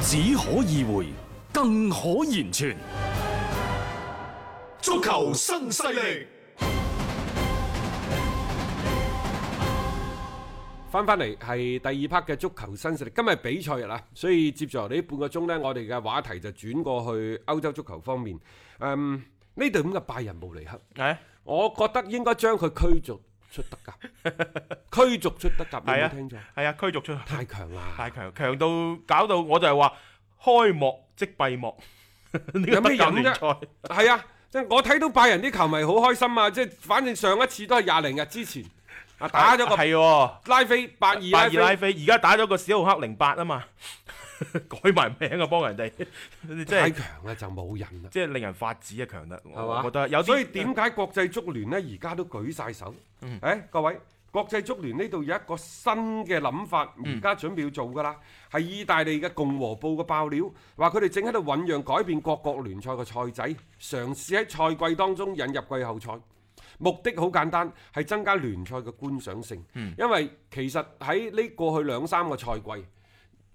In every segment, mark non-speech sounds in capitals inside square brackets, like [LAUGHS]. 只可意會，更可言傳。足球新勢力。翻翻嚟係第二 part 嘅足球新勢力，今日比賽日啊，所以接住嚟呢半個鐘呢，我哋嘅話題就轉過去歐洲足球方面。嗯，呢隊咁嘅拜仁慕尼黑，係我覺得應該將佢驅逐出德 [LAUGHS] 甲，驅逐出德甲，你係有啊冇聽錯？係啊，驅逐出去太強啦！太強，強到搞到我就係話開幕即閉幕， [LAUGHS] 呢有個咩德甲飲聯啫賽？係啊，即係我睇到拜仁啲球迷好開心啊！即係反正上一次都係廿零日之前啊，打咗個係喎。拉菲八二拜拉爾拉菲，菲而家打咗個小浩克零八啊嘛， [LAUGHS] 改埋名啊，幫人哋， [LAUGHS] 即太係強啦就冇人啦。即係令人發指啊，強得，係我嘛？覺得有啲，所以點解國際足聯呢而家都舉晒手？誒、各位，國際足聯呢度有一個新嘅諗法，而家準備要做㗎啦。係、意大利嘅《共和報》嘅爆料，話佢哋正喺度醖釀改變各國聯賽嘅賽制，嘗試喺賽季當中引入季後賽。目的好簡單，係增加聯賽嘅觀賞性。因為其實喺呢過去兩三個賽季，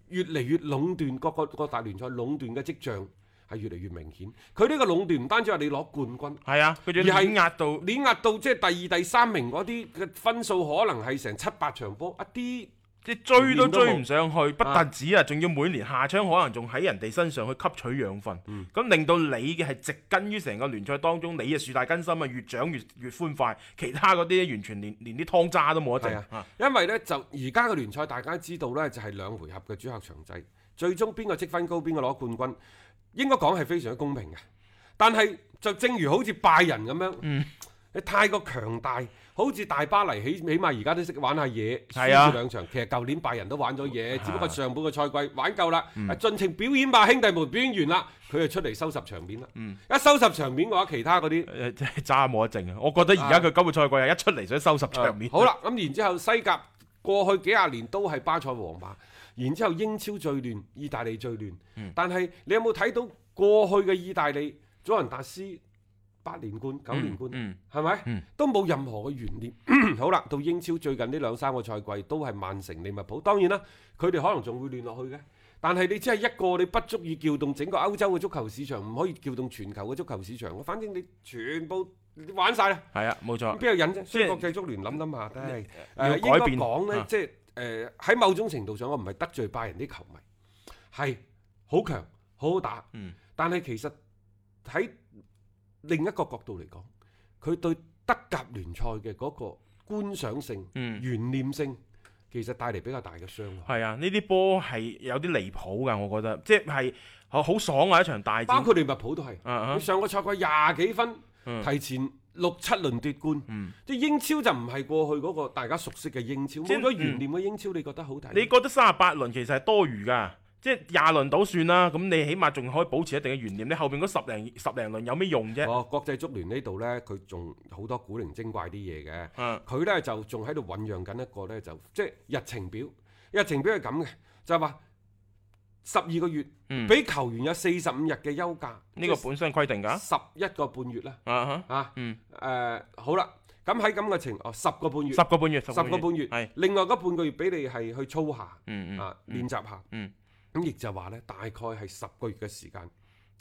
越嚟越壟斷各個各大聯賽壟斷嘅跡象係越嚟越明顯。佢呢個壟斷唔單止話你攞冠軍，係啊，佢仲而係碾壓到碾壓到即係第二、第三名嗰啲嘅分數，可能係成七八場波一啲。即係追都追唔上去，不但止啊，仲要每年下窗可能仲喺人哋身上去吸取養分，咁、嗯令到你嘅係植根於成個聯賽當中，你啊樹大根深啊，越長越越歡快，其他嗰啲完全連連啲湯渣都冇得係剩。啊，因為呢，就而家嘅聯賽，大家知道呢，就係兩回合嘅主客場制，最終邊個積分高，邊個攞冠軍，應該講係非常之公平嘅。但係就正如好似拜仁咁樣，你太過強大，好似大巴黎起起碼而家都識玩下嘢，係啊輸住兩場。其實舊年拜仁都玩咗嘢，只不過上半個賽季玩夠啦，啊盡情表演吧，兄弟們，表演完啦，佢就出嚟收拾場面啦。一收拾場面嘅話，其他嗰啲。誒即係渣冇得剩啊！我覺得而家佢今個賽季啊，一出嚟想收拾場面。啊好啦，咁然之後西甲過去幾廿年都係巴塞、皇馬，然之後英超最亂，意大利最亂。嗯但係你有冇睇到過去嘅意大利祖雲達斯八連冠、九連冠，嗯係咪、嗯都冇任何嘅懸念。 [CLEARS THROAT] 好啦，到英超最近呢兩三個賽季都係曼城、利物浦，當然啦，佢哋可能仲會亂落去嘅。但係你只係一個，你不足以撬動整個歐洲嘅足球市場，唔可以撬動全球嘅足球市場。反正你全部玩晒啦。係啊，冇錯咁。邊有癮啫？所即以係國際足聯諗諗下，都係要誒應改該變講咧啊，即係誒喺某種程度上，我唔係得罪拜仁啲球迷，係好強，好好打。嗯但係其實喺另一個角度嚟講，佢對德甲聯賽嘅嗰個觀賞性、嗯懸念性，其實帶嚟比較大嘅傷害。係啊，呢啲波係有啲離譜噶，我覺得，即係好好爽啊！一場大包戰，括利物浦都係，啊啊佢，上個賽季廿幾分，嗯提前六七輪奪冠。嗯即係英超就唔係過去嗰個大家熟悉嘅英超，即係冇嗯咗懸念嘅英超，你覺得好睇？你覺得三十八輪其實係多餘㗎？即係廿輪到算啦，咁你起碼仲可以保持一定嘅懸念。你後邊嗰十零十零輪有咩用啫？哦，國際足聯呢度呢，佢仲好多古靈精怪啲嘢嘅。嗯佢呢就仲喺度醖釀緊一個呢，就即係日程表。日程表係咁嘅，就係話十二個月，嗯俾球員有四十五日嘅休假，呢個啊本身規定㗎。十一個半月啦。啊哈，啊，嗯誒好啦，咁喺咁嘅情，哦十個半月，十個半月，十十個半月係，，另外嗰半個月俾你係去操下。嗯嗯啊練習下。嗯咁亦就話呢，大概係十個月嘅時間。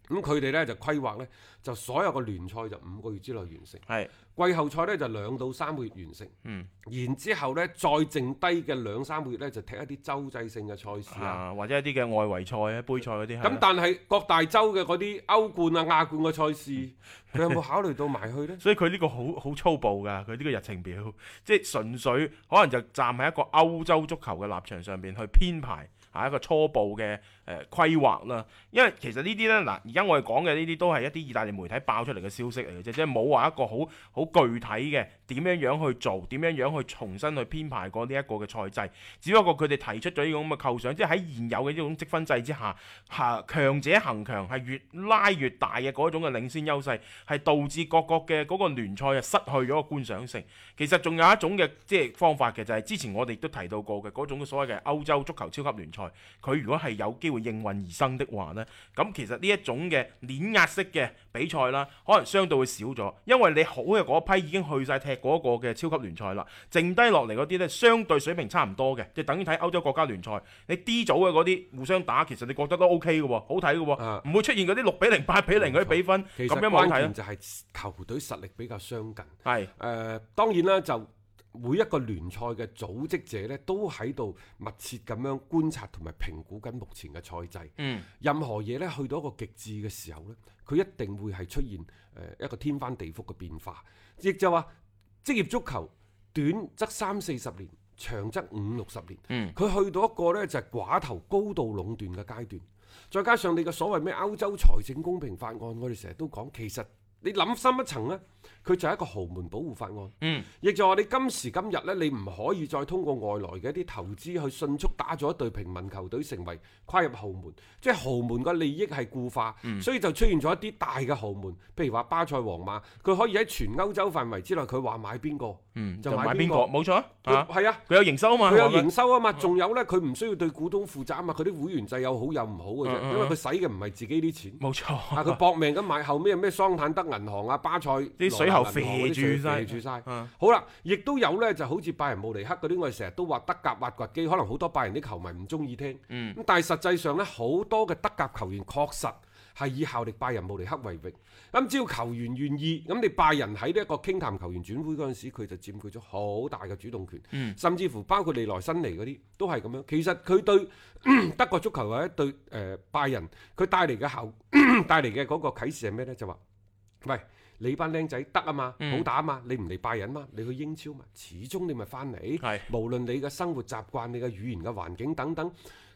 咁佢哋呢就規劃呢，就所有嘅聯賽就五個月之內完成。係季後賽呢就兩到三個月完成，嗯然之後呢，再剩低嘅兩三個月呢，就踢一啲洲際性嘅賽事啊。啊，或者一啲嘅外圍賽啊、杯賽嗰啲係咁啦。但係各大洲嘅嗰啲歐冠啊、亞冠嘅 [LAUGHS] 賽事，佢有冇考慮到埋去呢？所以佢呢個好好粗暴㗎，佢呢個日程表， [LAUGHS] 即係純粹可能就站喺一個歐洲足球嘅立場上邊去編排啊下一個初步嘅誒、呃、規劃啦。因為其實呢啲呢，嗱，而家我哋講嘅呢啲都係一啲意大利媒體爆出嚟嘅消息嚟嘅啫，即係冇話一個好好具體嘅點樣樣去做，點樣樣去重新去編排過呢一個嘅賽制。只不過佢哋提出咗呢種咁嘅構想，即係喺現有嘅呢種積分制之下，下強者恒強係越拉越大嘅嗰種嘅領先優勢。係導致各國嘅嗰個聯賽啊失去咗個觀賞性。其實仲有一種嘅即係方法嘅，就係、之前我哋都提到過嘅嗰種所謂嘅歐洲足球超級聯賽，佢如果係有機會應運而生的話呢，咁其實呢一種嘅碾壓式嘅比賽啦，可能相對會少咗，因為你好嘅嗰批已經去晒踢嗰個嘅超級聯賽啦，剩低落嚟嗰啲呢，相對水平差唔多嘅，就等於睇歐洲國家聯賽，你 D 組嘅嗰啲互相打，其實你覺得都 OK 嘅喎，好睇嘅啊喎，唔會出現嗰啲六比零、八比零嗰啲比分，其咁實樣冇睇啊關咯鍵。就係球隊實力比較相近。係。誒、當然啦，就每一個聯賽嘅組織者呢，都喺度密切咁樣觀察同埋評估緊目前嘅賽制。嗯，任何嘢呢，去到一個極致嘅時候呢，佢一定會係出現誒、一個天翻地覆嘅變化。亦就話職業足球短則三四十年，長則五六十年。嗯佢去到一個呢，就係、寡頭高度壟斷嘅階段。再加上你嘅所謂咩歐洲財政公平法案，我哋成日都講，其實你諗深一層呢，佢就係一個豪門保護法案。嗯，亦就話你今時今日呢，你唔可以再通過外來嘅一啲投資去迅速打造一隊平民球隊成為跨入豪門，即係豪門嘅利益係固化，嗯所以就出現咗一啲大嘅豪門，譬如話巴塞、皇馬，佢可以喺全歐洲範圍之內，佢話買邊個，嗯，就就買買邊邊個？個冇錯啊佢，係啊。佢有營收啊嘛，佢有係咪營收啊嘛，仲有呢，佢唔需要對股東負責啊嘛，佢啲會員制有好有唔好嗯嘅嗯啫，嗯因為佢使嘅唔係自己啲錢，冇錯，啊佢搏命咁買，後尾有咩桑坦德銀行啊、巴塞啲水喉羅蘭銀行嗰啡啲水住晒啡住晒。啊好啦，亦都有呢，就好似拜仁慕尼黑嗰啲，我哋成日都話德甲挖掘機，可能好多拜仁啲球迷唔中意聽。咁、嗯但係實際上呢，好多嘅德甲球員確實係以效力拜仁慕尼黑為榮。咁只要球員願意，咁你拜仁喺呢一個傾談球員轉會嗰陣時，佢就佔據咗好大嘅主動權，嗯甚至乎包括利來新尼嗰啲都係咁樣。其實佢對 [CLEARS THROAT] 德國足球或者對誒、呃拜仁，佢帶嚟嘅效 [CLEARS THROAT] 帶嚟嘅嗰個啟示係咩呢？就話喂。你班僆仔得啊嘛，嗯好打啊嘛，你唔嚟拜仁嘛，你去英超嘛，始終你咪翻係嚟。無論你嘅生活習慣、你嘅語言嘅環境等等，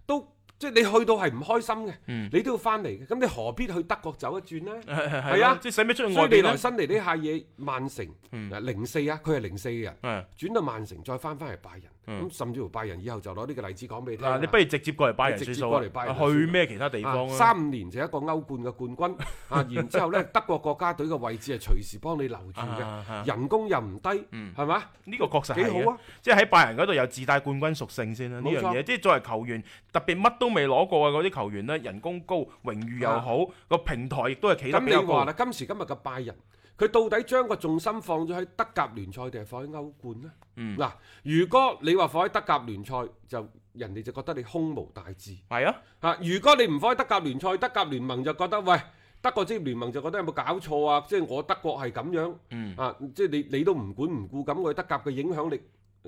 都即係你去到係唔開心嘅，嗯你都要翻嚟嘅。咁你何必去德國走一轉呢？ [LAUGHS] 係係啊咯即係使乜出去所外以利邊來咧？新嚟呢下嘢，曼城嗯零四啊，佢係零四嘅人，係轉到曼城再翻翻嚟拜仁，嗯咁甚至乎拜仁以後就攞呢個例子講俾你聽啦。嗱，你不如直接過嚟拜仁你直算接數過嚟拜啊，仁去咩其他地啊方啊？三五年就一個歐冠嘅冠 [LAUGHS] 軍啊，然之後呢，德國國家隊嘅位置係隨時幫你留住啊啊嘅，人工又唔低，嗯係嘛？呢個確實係幾好嘅啊，即係喺拜仁嗰度有自帶冠軍屬性先啦。呢冇樣錯嘢，即係作為球員，特別乜都未攞過嘅嗰啲球員呢，人工高，榮譽又好，個平台亦都係企得咁比較你話高啦，。今時今日嘅拜仁，佢到底將個重心放咗喺德甲聯賽定係放喺歐冠呢？嗯嗱，如果你話放喺德甲聯賽，就人哋就覺得你胸無大志係啊，啊；如果你唔放喺德甲聯賽，德甲聯盟就覺得喂。德國職業聯盟就覺得有冇搞錯啊！即係我德國係咁樣，嗯啊，即係你你都唔管唔顧咁，我德甲嘅影響力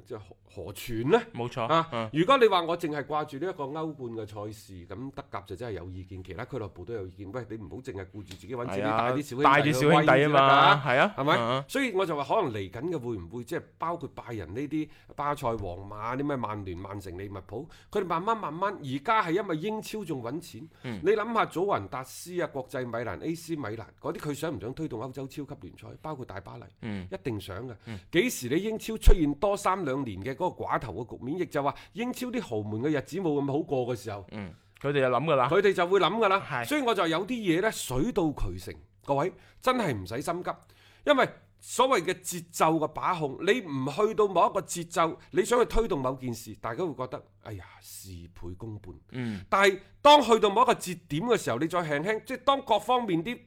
就何何存呢？冇錯啊啊！，如果你話我淨係掛住呢一個歐冠嘅賽事，咁德甲就真係有意見，其他俱樂部都有意見。喂，你唔好淨係顧住自己揾自己係啊帶啲小兄弟，帶啲小兄弟啊嘛，，係啊，係啊咪？所以我就話可能嚟緊嘅會唔會即係包括拜仁呢啲、巴塞、皇馬啲咩曼聯、曼城、利物浦，佢哋慢慢慢慢，而家係因為英超仲揾錢，嗯你諗下祖雲達斯啊、國際米蘭、AC 米蘭嗰啲，佢想唔想推動歐洲超級聯賽，包括大巴黎？嗯一定想嘅。幾時你英超出現多三兩年嘅嗰個寡頭嘅局面，亦就話英超啲豪門嘅日子冇咁好過嘅時候，嗯，佢哋就諗㗎啦。佢哋就會諗㗎啦。係所以我就有啲嘢呢，水到渠成，各位真係唔使心急，因為所謂嘅節奏嘅把控，你唔去到某一個節奏，你想去推動某件事，大家會覺得哎呀事倍功半。嗯，但係當去到某一個節點嘅時候，你再輕輕，即係當各方面啲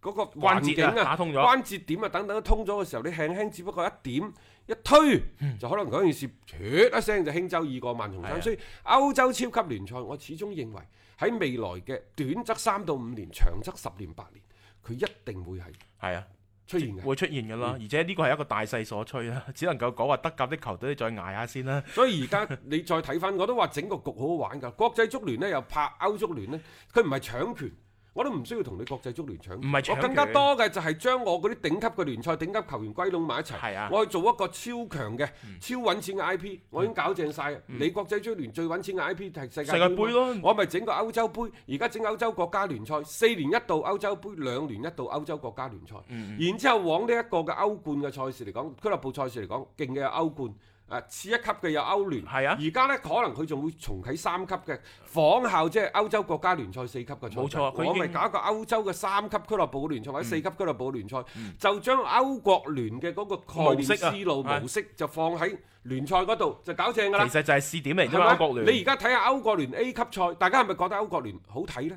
嗰個環境關節啊打通咗關節點啊等等都通咗嘅時候，你輕輕只不過一點一推，就可能嗰件事啜一聲就輕舟已過萬重嗯係啊山。所以歐洲超級聯賽，我始終認為喺未來嘅短則三到五年，長則十年八年，佢一定會係係啊。出現嘅。嗯會出現㗎啦，而且呢個係一個大勢所趨啦， [LAUGHS] 只能夠講話德甲啲球隊再捱下先啦。所以而家你再睇翻，我都話整個局好好玩㗎。國際足聯呢，又拍歐足聯呢，佢唔係搶權，我都唔需要同你國際足聯搶權。唔係搶權我更加多嘅就係將我嗰啲頂級嘅聯賽、頂級球員歸攏埋一齊。係啊嗯我去做一個超強嘅、超揾錢嘅 IP，我已經搞正晒。你國際足聯最揾錢嘅 IP 係世界世界盃咯我咪整個歐洲杯，而家整歐洲國家聯賽，四年一度歐洲杯，兩年一度歐洲國家聯賽。嗯然之後往呢一個嘅歐冠嘅賽事嚟講，俱樂部賽事嚟講，勁嘅有歐冠。誒次一級嘅有歐聯，係啊而家呢，可能佢仲會重啟三級嘅仿效，即係歐洲國家聯賽四級嘅賽制。冇錯啊佢已經嗯我咪搞一個歐洲嘅三級俱樂部嘅聯賽或者四級俱樂部嘅聯賽，就將歐國聯嘅嗰個概模念、式啊思路、係模式就放喺聯賽嗰度，就搞正㗎啦。其實就係試點嚟啫嘛，係咪歐國聯。你而家睇下歐國聯 A 級賽，大家係咪覺得歐國聯好睇呢？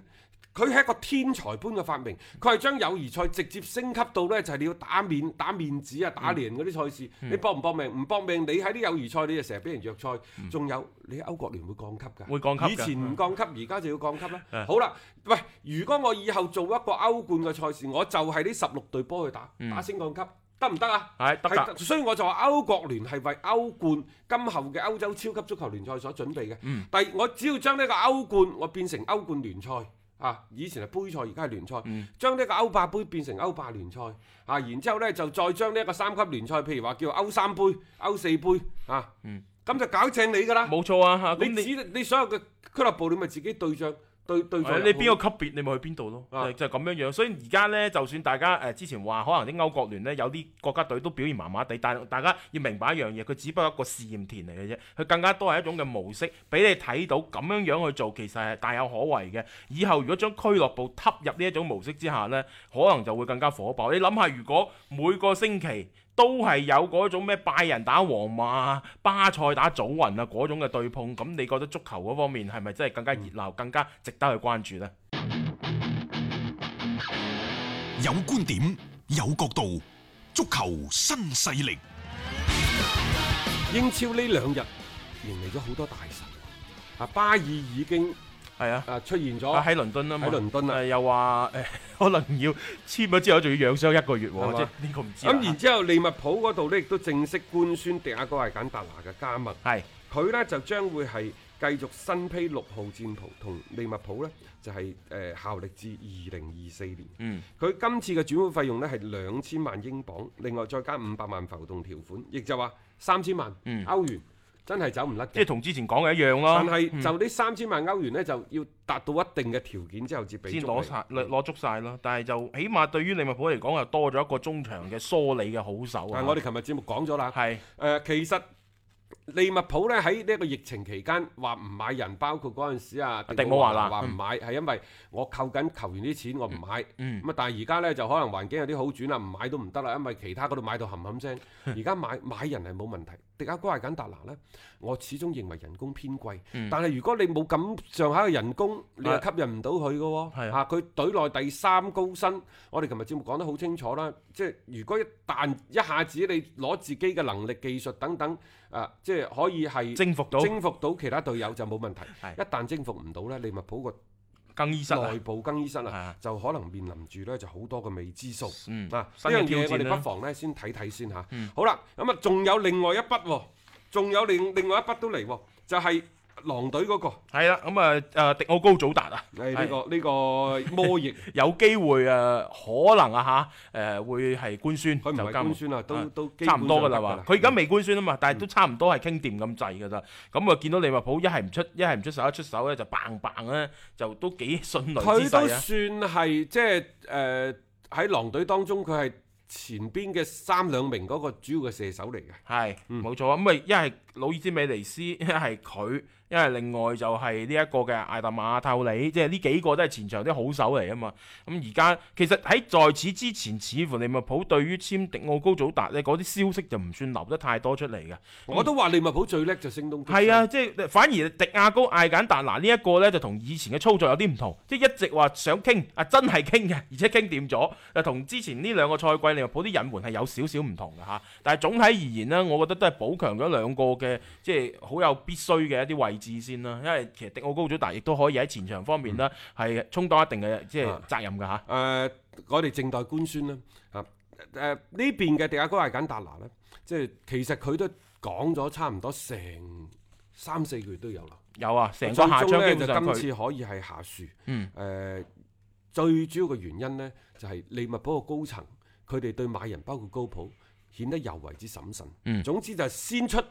佢係一個天才般嘅發明，佢係將友誼賽直接升級到呢，就係、你要打面打面子啊、打贏嗰啲賽事，嗯你搏唔搏命？唔搏命，你喺啲友誼賽你就成日俾人虐賽，仲、有你喺歐國聯會降級㗎，會降級㗎嗯以前唔降級，而家就要降級啦。好啦，喂，如果我以後做一個歐冠嘅賽事，我就係呢十六隊波去打，嗯打升降級。得唔得啊？係得㗎係所以我就話歐國聯係為歐冠今後嘅歐洲超級足球聯賽所準備嘅。但係我只要將呢個歐冠我變成歐冠聯賽。啊！以前係杯賽，而家係聯賽，將呢個歐霸杯變成歐霸聯賽，啊，然之後呢，就再將呢一個三級聯賽，譬如話叫歐三杯、歐四杯，啊，咁就搞正你㗎啦。冇錯啊，嚇咁你你只你所有嘅俱樂部，你咪自己對象對對象。係啊你邊個級別，你咪去邊度咯，啊就就咁樣樣。所以而家呢，就算大家誒、呃之前話可能啲歐國聯呢，有啲國家隊都表現麻麻地，但係大家要明白一樣嘢，佢只不過一個試驗田嚟嘅啫，佢更加多係一種嘅模式，俾你睇到咁樣樣去做，其實係大有可為嘅。以後如果將俱樂部吸入呢一種模式之下呢，可能就會更加火爆。你諗下，如果每個星期都係有嗰種咩拜仁打皇馬啊、巴塞打祖雲啊嗰種嘅對碰，咁你覺得足球嗰方面係咪真係更加熱鬧、更加值得去關注呢？有觀點，有角度，足球新勢力。英超呢兩日迎嚟咗好多大神，啊，巴爾已經係啊。啊出現咗啊喺倫敦啊嘛，喺倫敦啊誒又話 [LAUGHS] 誒可能要簽咗之後仲要養傷一個月係喎，嘛即係呢個唔知啦咁然之後，利物浦嗰度呢亦都正式官宣迪亞哥係簡達拿嘅加盟，係佢呢就將會係繼續身披六號戰袍，同利物浦呢就係、誒、效力至二零二四年。嗯，佢今次嘅轉會費用呢係兩千萬英鎊，另外再加五百萬浮動條款，亦就話三千萬嗯歐元，真係走唔甩嘅即係。同之前講嘅嗯一樣但咯，係就呢三千萬歐元呢，就要達到一定嘅條件之後至俾先足攞你晒攞攞足晒咯。但係就起碼對於利物浦嚟講，又多咗一個中場嘅梳理嘅好手啊啊！。我哋琴日節目講咗啦，係誒、呃其實利物浦咧喺呢一個疫情期間話唔買人，包括嗰陣時啊，迪姆華拿話唔買，係、因為我扣緊球員啲錢，我唔買。咁啊、嗯但係而家咧就可能環境有啲好轉啦，唔買都唔得啦，因為其他嗰度買到冚冚聲。嗯而家買買人係冇問題，迪亞哥係簡達拿咧，我始終認為人工偏貴。嗯但係如果你冇咁上下嘅人工，你又吸引唔到佢嘅喎。係啊啊，佢隊內第三高薪，我哋琴日節目講得好清楚啦。即係如果一旦一下子你攞自己嘅能力、技術等等，啊，即係可以係征服到征服到其他隊友就冇問題。係一旦征服唔到呢，利物浦個更衣室啊內部更衣室係啊啊，就可能面臨住呢就好多嘅未知數。嗯啊，呢新嘅樣挑嘢我戰嗯哋啦不妨呢先睇睇先嚇。好啦，咁啊，仲有另外一筆喎，仲有另另外一筆都嚟喎，就係狼隊嗰個係啦，咁啊誒迪奧高祖達啊，誒呢個呢個 [LAUGHS] 魔翼。有機會誒、呃可能啊嚇誒、呃、會係官宣，佢唔係就加盟官宣啦都啊都基差唔多㗎本上啦得㗎啦嗯嘛。佢而家未官宣啊嘛，但係都差唔多係傾掂咁滯㗎啦。咁啊，見到利物浦一係唔出，一係唔出手，一出手咧就棒棒咧，就都幾迅雷佢之都勢啊。算係即係誒喺狼隊當中，佢係前邊嘅三兩名嗰個主要嘅射手嚟嘅。係嗯冇錯啊，咁啊一係魯爾茲美尼斯，一係佢，一係另外就係呢一個嘅艾特馬透里，即係呢幾個都係前場啲好手嚟啊嘛。咁而家其實喺在此之前，似乎利物浦對於簽迪奧高祖達呢嗰啲消息就唔算流得太多出嚟嘅。我都話利物浦最叻就聲東擊西係啊，，即係反而迪亞高艾簡達拿呢一個呢，就同以前嘅操作有啲唔同，即係一直話想傾啊，真係傾嘅， [LAUGHS] 而且傾掂咗，誒同之前呢兩個賽季利物浦啲隱瞞係有少少唔同嘅嚇。但係總體而言呢，我覺得都係補強咗兩個嘅，即係好有必須嘅一啲位置先啦。因為其實迪奧高祖達亦都可以喺前場方面呢，嗯啊係充當一定嘅即係責任㗎嚇。呃誒、我哋靜待官宣啦。啊誒、誒呢邊嘅迪亞哥係簡達拿呢，即係其實佢都講咗差唔多成三四個月都有啦。有啊，成個最下終窗呢基本上就佢今次可以係下樹。嗯誒、最主要嘅原因呢，就係、利物浦嘅高層，佢哋對買人包括高普顯得尤為之審慎。嗯總之就係先出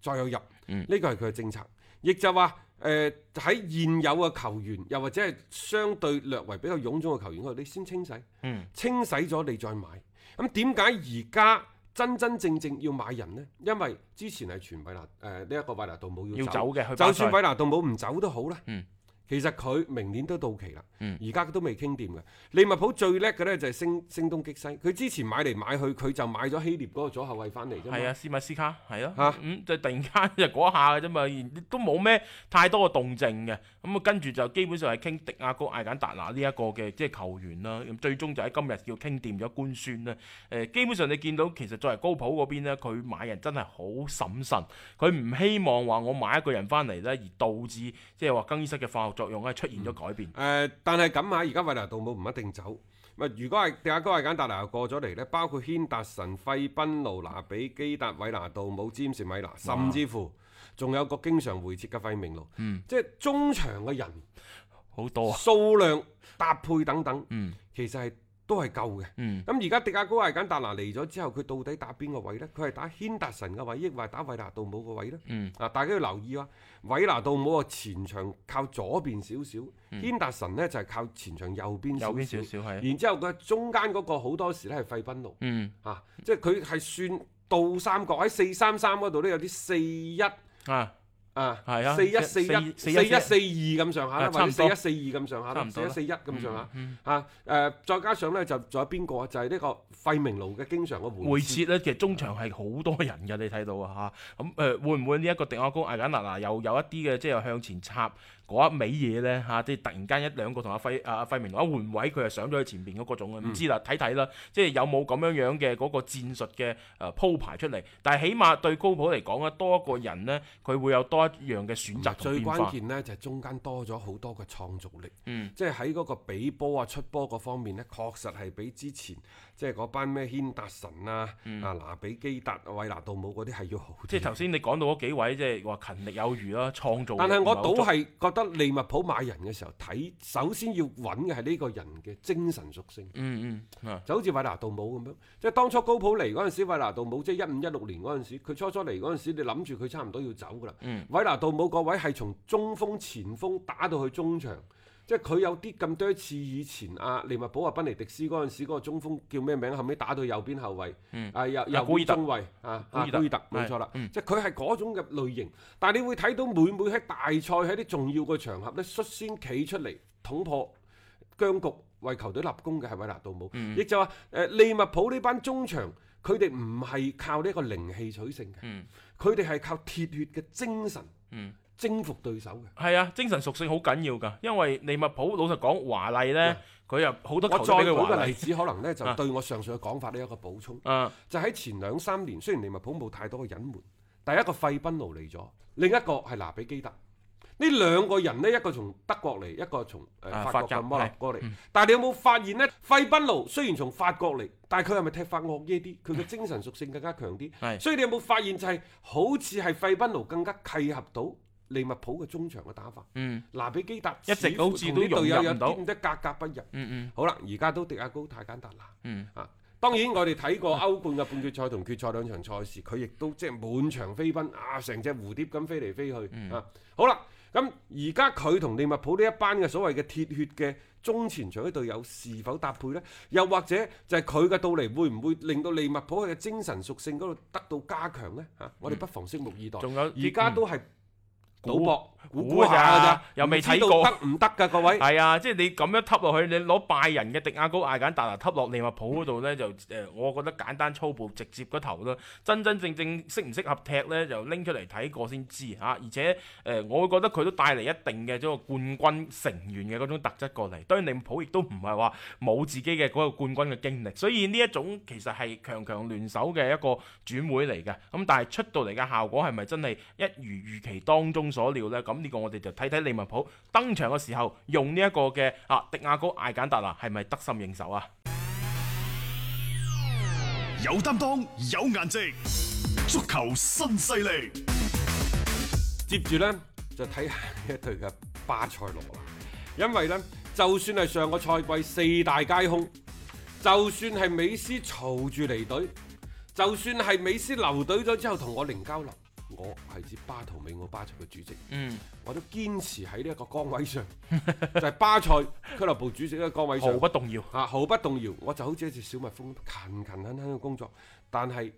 再有入，呢、嗯個係佢嘅政策。亦就話誒喺現有嘅球員，又或者係相對略為比較臃腫嘅球員嗰度，你先清洗，嗯清洗咗你再買。咁點解而家真真正正要買人呢？因為之前係全韋拿誒呢一個韋拿杜姆要走嘅，去巴就塞算韋拿杜姆唔走都好啦。嗯其實佢明年都到期啦，嗯而家、都未傾掂嘅。利物浦最叻嘅呢就係聲聲東擊西，佢之前買嚟買去，佢就買咗希臘嗰個左後衞翻嚟啫嘛。係啊，斯密斯卡係咯，嚇咁就突然間就嗰下嘅啫嘛，然都冇咩太多嘅動靜嘅，咁啊跟住就基本上係傾迪亞高艾簡達拿呢一個嘅即係球員啦，咁最終就喺今日要傾掂咗官宣啦。誒、基本上你見到其實作為高普嗰邊咧，佢買人真係好審慎，佢唔希望話我買一個人翻嚟咧，而導致即係話更衣室嘅化學作用咧出現咗改變誒、。但係咁啊，而家維納杜姆唔一定走。咪如果係迪亞哥係簡達拿又過咗嚟呢，包括軒達臣、費賓奴、拿比基達、維拿杜姆、詹士米拿，甚至乎仲有個經常回撤嘅費明奴，嗯即係中場嘅人好多啊，數量搭配等等，嗯其實係都係夠嘅。嗯，咁而家迪亞高艾簡達拿嚟咗之後，佢到底打邊個位呢？佢係打軒達臣嘅位，抑或係打韋拿杜姆嘅位呢？嗯啊，大家要留意啊！韋拿杜姆啊，前場靠左邊少少，軒達臣呢就係靠前場右嗯右邊少邊少少。少係，然之後佢中間嗰個好多時呢係費賓奴嗯啊，即係佢係算倒三角喺四三三嗰度呢，有啲四一啊。啊係啊四一四四一四四一一四二咁上下啦，啊或者四差唔多一四二咁上下差啦唔，四多一啦四一咁上下嗯啊誒，再加上呢，就仲有邊個啊？就係呢個費明奴嘅經常嘅回回撤撤咧，其實中場係好多人嘅，你睇到啊嚇。咁誒、呃、會唔會呢一個迪亞高艾簡納拿又有一啲嘅即係向前插嗰一味嘢咧嚇？即係突然間一兩個同阿費啊阿費明奴一換位，佢就上咗去前邊嗰個種啊嘅，唔嗯知啦，睇睇啦。即係有冇咁樣樣嘅嗰個戰術嘅誒鋪排出嚟？但係起碼對高普嚟講咧，多一個人咧，佢會有多一樣嘅選擇同嗯最變關化。鍵呢，就係中間多咗好多嘅創造力，嗯即係喺嗰個比波啊、出波嗰方面呢，確實係比之前即係嗰班咩軒達臣啊、啊拿比基達、韋拿杜姆嗰啲係要好啲。嗯即係頭先你講到嗰幾位，即係話勤力有餘啦，創造力唔但係好足。係我倒係覺得利物浦買人嘅時候，睇首先要揾嘅係呢個人嘅精神屬性。嗯嗯啊就好似韋拿杜姆咁樣，即係當初高普嚟嗰陣時，韋拿杜姆即係一五一六年嗰陣時，佢初初嚟嗰陣時，你諗住佢差唔多要走噶啦。嗯韋拿杜姆個位係從中鋒、前鋒打到去中場，即係佢有啲咁多次以前啊利物浦啊賓尼迪斯嗰陣時嗰個中鋒叫咩名？後尾打到右邊後衞，嗯啊右右古爾邊特中衞啊古爾啊特古爾特冇錯啦，係嗯即係佢係嗰種嘅類型。但係你會睇到每每喺大賽喺啲重要嘅場合咧，率先企出嚟捅破僵局，為球隊立功嘅係韋拿杜姆。嗯亦就話誒、利物浦呢班中場，佢哋唔係靠呢個靈氣取勝嘅嗯，佢哋係靠鐵血嘅精神嗯征服對手嘅。係啊，精神屬性好緊要㗎，因為利物浦老實講華麗呢，佢又好多我球再隊俾佢舉華個例麗。子，可能呢啊就對我上述嘅講法呢有一個補充，啊，就喺前兩三年，雖然利物浦冇太多嘅隱瞞，第一個費賓奴嚟咗，另一個係拿比基特。呢兩個人呢，一個從德國嚟，一個從啊誒法法嗯國甲嘅摩納哥嚟。但係你有冇發現呢？費賓奴雖然從法國嚟，但係佢係咪踢法惡耶啲？佢嘅精神屬性更加強啲。係所以你有冇發現就係、好似係費賓奴更加契合到利物浦嘅中場嘅打法？嗯拿比基達一直好似都融隊友入有唔到啲咁多格格不入。嗯嗯好啦，而家都迪亞高太簡單啦。嗯，啊，當然我哋睇過歐冠嘅半決賽同決賽兩場賽事，佢亦都即係滿場飛奔啊，成隻蝴蝶咁飛嚟飛去、啊。好啦，咁而家佢同利物浦呢一班嘅所謂嘅鐵血嘅中前場嘅隊友是否搭配呢？又或者就係佢嘅到嚟會唔會令到利物浦嘅精神屬性嗰度得到加強呢？嚇、我哋不妨拭目以待。仲有而家都係估賭博估估估下㗎咋，又未睇唔知過道得唔得㗎？各位。係啊，即係你咁樣揼落去，你攞拜仁嘅迪亞高艾簡達拿揼落利物浦嗰度呢，就誒、呃我覺得簡單粗暴直接嗰頭啦。真真正正適唔適合踢呢，就拎出嚟睇過先知嚇、啊而且誒、呃我會覺得佢都帶嚟一定嘅嗰個冠軍成員嘅嗰種特質過嚟。當然利物浦亦都唔係話冇自己嘅嗰個冠軍嘅經歷，所以呢一種其實係強強聯手嘅一個轉會嚟嘅。咁但係出到嚟嘅效果係咪真係一如預期當中所料呢？咁呢個我哋就睇睇利物浦登場嘅時候用呢一個嘅啊迪亞高艾簡達拿係咪得心應手啊？有擔當，有顏值，足球新勢力。接住呢，就睇下呢一隊嘅巴塞羅那，因為呢，就算係上個賽季四大皆空，就算係美斯嘈住離隊，就算係美斯留隊咗之後同我零交流，我係指巴圖美奧巴塞嘅主席，嗯，我都堅持喺呢一個崗位上， [LAUGHS] 就係巴塞俱樂部主席呢個崗位上毫。不動搖。啊，毫不動搖，我就好似一隻小蜜蜂勤勤懇懇嘅工作，但係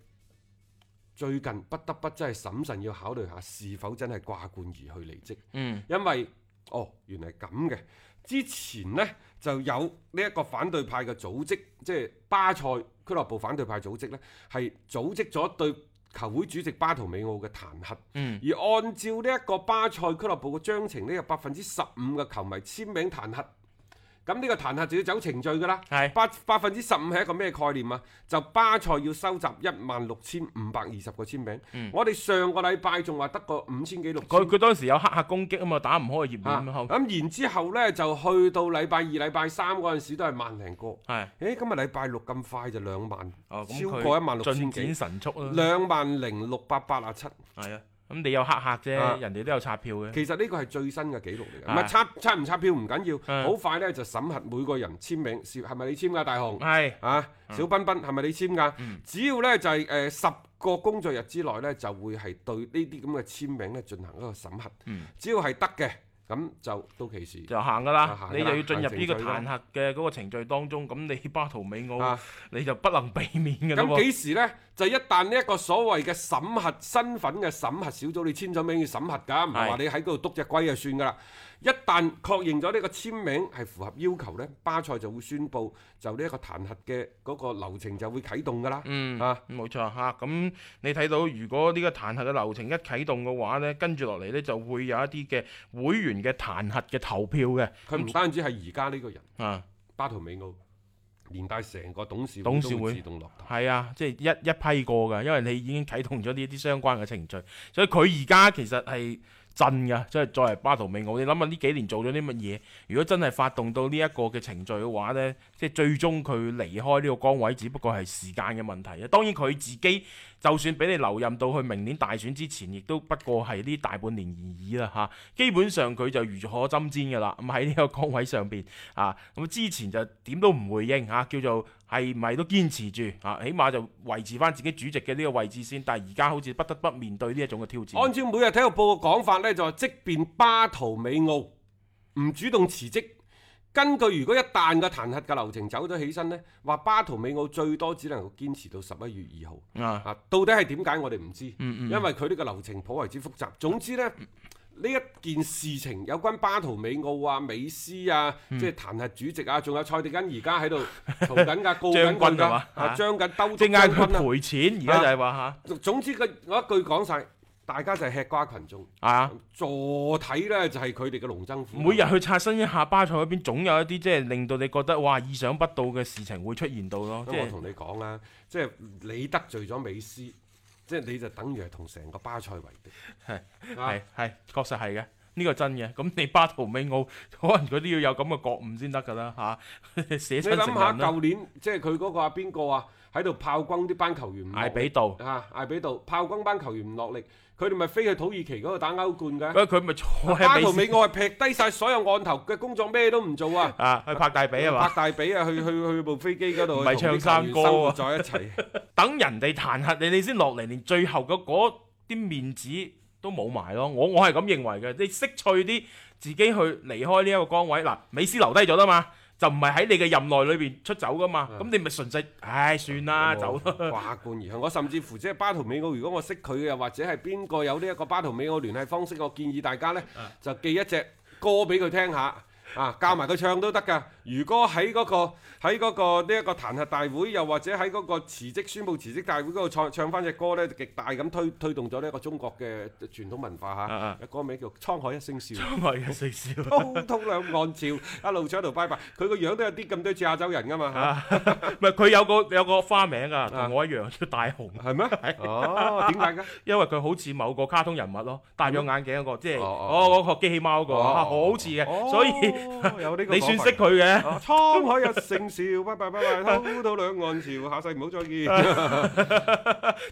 最近不得不真係審慎要考慮下，是否真係掛冠而去離職。嗯，因為哦，原來係咁嘅。之前呢，就有呢一個反對派嘅組織，即係巴塞俱樂部反對派組織呢，係組織咗對球會主席巴圖美奧嘅彈劾。嗯而按照呢一個巴塞俱樂部嘅章程呢，有百分之十五嘅球迷簽名彈劾。咁呢個彈劾就要走程序㗎啦。係百百分之十五係一個咩概念啊？就巴塞要收集一萬六千五百二十個簽名。我哋上個禮拜仲話得個五千幾六千。佢佢當時有黑客攻擊啊嘛，打唔開嘅頁啊面後，咁然之後呢，就去到禮拜二、禮拜三嗰陣時都係萬零個。係誒，今日禮拜六咁快就兩萬，哦咁超佢過一萬六千進展幾，神速啊啦。兩萬零六百八啊七。係啊，咁你有黑客啊啫，人哋都有刷票嘅。其實呢個係最新嘅記錄嚟嘅，唔啊係刷刷唔刷票唔緊啊要，好快呢就審核每個人簽名，是係咪你簽㗎，大雄？係啊，小彬彬係咪你簽㗎？只要呢就係誒十個工作日之內呢，就會係對呢啲咁嘅簽名呢進行一個審核。只要係得嘅，咁就到期時。就行噶就啦行，㗎啦你就要進入呢個行程序啦彈劾嘅嗰個程序當中，咁你巴圖美奧啊你就不能避免嘅啦咁喎。幾時呢？就一旦呢一個所謂嘅審核身份嘅審核小組，你簽咗名要審核㗎，唔係話係你喺嗰度篤只龜就算㗎啦。一旦確認咗呢個簽名係符合要求呢，巴塞就會宣布就呢一個彈劾嘅嗰個流程就會啟動㗎啦。嗯啊，冇錯嚇，咁你睇到如果呢個彈劾嘅流程一啟動嘅話呢，跟住落嚟呢就會有一啲嘅會員嘅彈劾嘅投票嘅佢唔單止係而家呢個人啊。巴圖美奧，連帶成個董事董會事都會會自動落台。係啊，即係一一批過㗎，因為你已經啟動咗呢啲相關嘅程序，所以佢而家其實係震㗎，即係作為巴圖美奧，你諗下呢幾年做咗啲乜嘢？如果真係發動到呢一個嘅程序嘅話呢，即係最終佢離開呢個崗位，只不過係時間嘅問題啊。當然佢自己就算俾你留任到去明年大選之前，亦都不過係呢大半年而已啦嚇。基本上佢就如坐針氈㗎啦，咁喺呢個崗位上邊。啊，咁之前就點都唔回應嚇、啊叫做係咪都堅持住啊，起碼就維持翻自己主席嘅呢個位置先。但係而家好似不得不面對呢一種嘅挑戰。按照每日體育報嘅講法呢，就話即便巴圖美奧唔主動辭職，根據如果一旦個彈劾嘅流程走咗起身呢，話巴圖美奧最多只能夠堅持到十一月二號。啊，啊，到底係點解我哋唔知，因為佢呢個流程頗為之複雜。總之呢，呢一件事情有關巴圖美奧啊、美斯啊，即係彈劾主席啊，仲有蔡迪根而家喺度嘈緊㗎、告緊將軍係佢㗎嘛，啊將緊兜即捉係嗌將佢軍啦。賠錢，而家就係話啊總之佢我一句講晒，大家就係吃瓜群眾。嚇啊，坐睇呢，就係佢哋嘅龍爭虎鬥。啊每日去刷新一下巴塞嗰邊，總有一啲即係令到你覺得哇意想不到嘅事情會出現到咯。所即以我係同你講啦，即係你得罪咗美斯，即係你就等於係同成個巴塞為敵。啊係係確實係嘅。呢個真嘅，咁你巴圖美奧可能佢都要有咁嘅覺悟先得㗎啦 [LAUGHS] 嚇，寫你親諗成下人啦，舊年，即係佢嗰個啊邊個啊，喺度炮轟啲班球員唔落艾力比道。啊，艾比度炮轟班球員唔落力，佢哋咪飛去土耳其嗰度打歐冠嘅。啊佢佢咪坐巴圖喺美美奧係劈低晒所有案頭嘅工作，咩都唔做 [LAUGHS] 啊！啊，去拍大髀係嘛？拍大髀啊，去去去部飛機嗰度，唔係同唱啲球員山歌生活啊在一齊。等人哋彈劾你，你先落嚟，連最後嘅嗰啲面子都冇埋咯。我我係咁認為嘅，你識趣啲，自己去離開呢一個崗位。嗱，美斯留低咗啦嘛，就唔係喺你嘅任內裏邊出走噶嘛。咁你咪純粹，唉，算啦，走啦。 [LAUGHS] 掛哦冠而向。我甚至乎即係巴圖美奧，如果我識佢嘅，或者係邊個有呢一個巴圖美奧聯繫方式，我建議大家呢，啊就寄一隻歌俾佢聽下。啊，教埋佢唱都得㗎。如果喺嗰、個喺嗰個呢一個彈劾大會，又或者喺嗰個辭職宣佈辭職大會嗰度唱唱翻只歌呢，就極大咁推推動咗呢一個中國嘅傳統文化嚇。啊歌名叫《滄海一聲笑》。我嘅食笑。滔滔兩岸潮，一路唱一路拜拜。佢個樣都有啲咁多似亞洲人㗎嘛，啊，唔係佢有個有個花名啊，同我一樣叫大雄，係咩？哦，點解㗎？因為佢好似某個卡通人物咯，戴咗眼鏡嗰個，即係哦哦哦嗰個機器貓嗰個，啊好似嘅，所以 [LAUGHS] 哦有呢個你算講法識佢嘅啊滄海一聲笑，拜拜拜拜，滔到兩岸潮，下世唔好再見。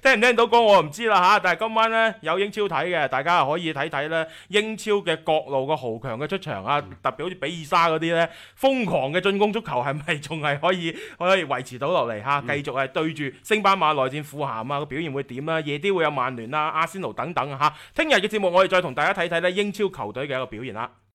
聽唔聽到歌我唔知啦吓，但係今晚呢，有英超睇嘅，大家可以睇睇呢英超嘅各路嘅豪強嘅出場啊，特別好似比爾沙嗰啲呢，瘋狂嘅進攻足球係咪 [LAUGHS] 仲係可以可以維持到落嚟吓？繼續係對住星巴馬內戰富咸啊，個表現會點啦？夜啲會啊有曼聯啦、阿仙奴等等啊吓。聽日嘅節目我哋再同大家睇睇呢英超球隊嘅一個表現啦。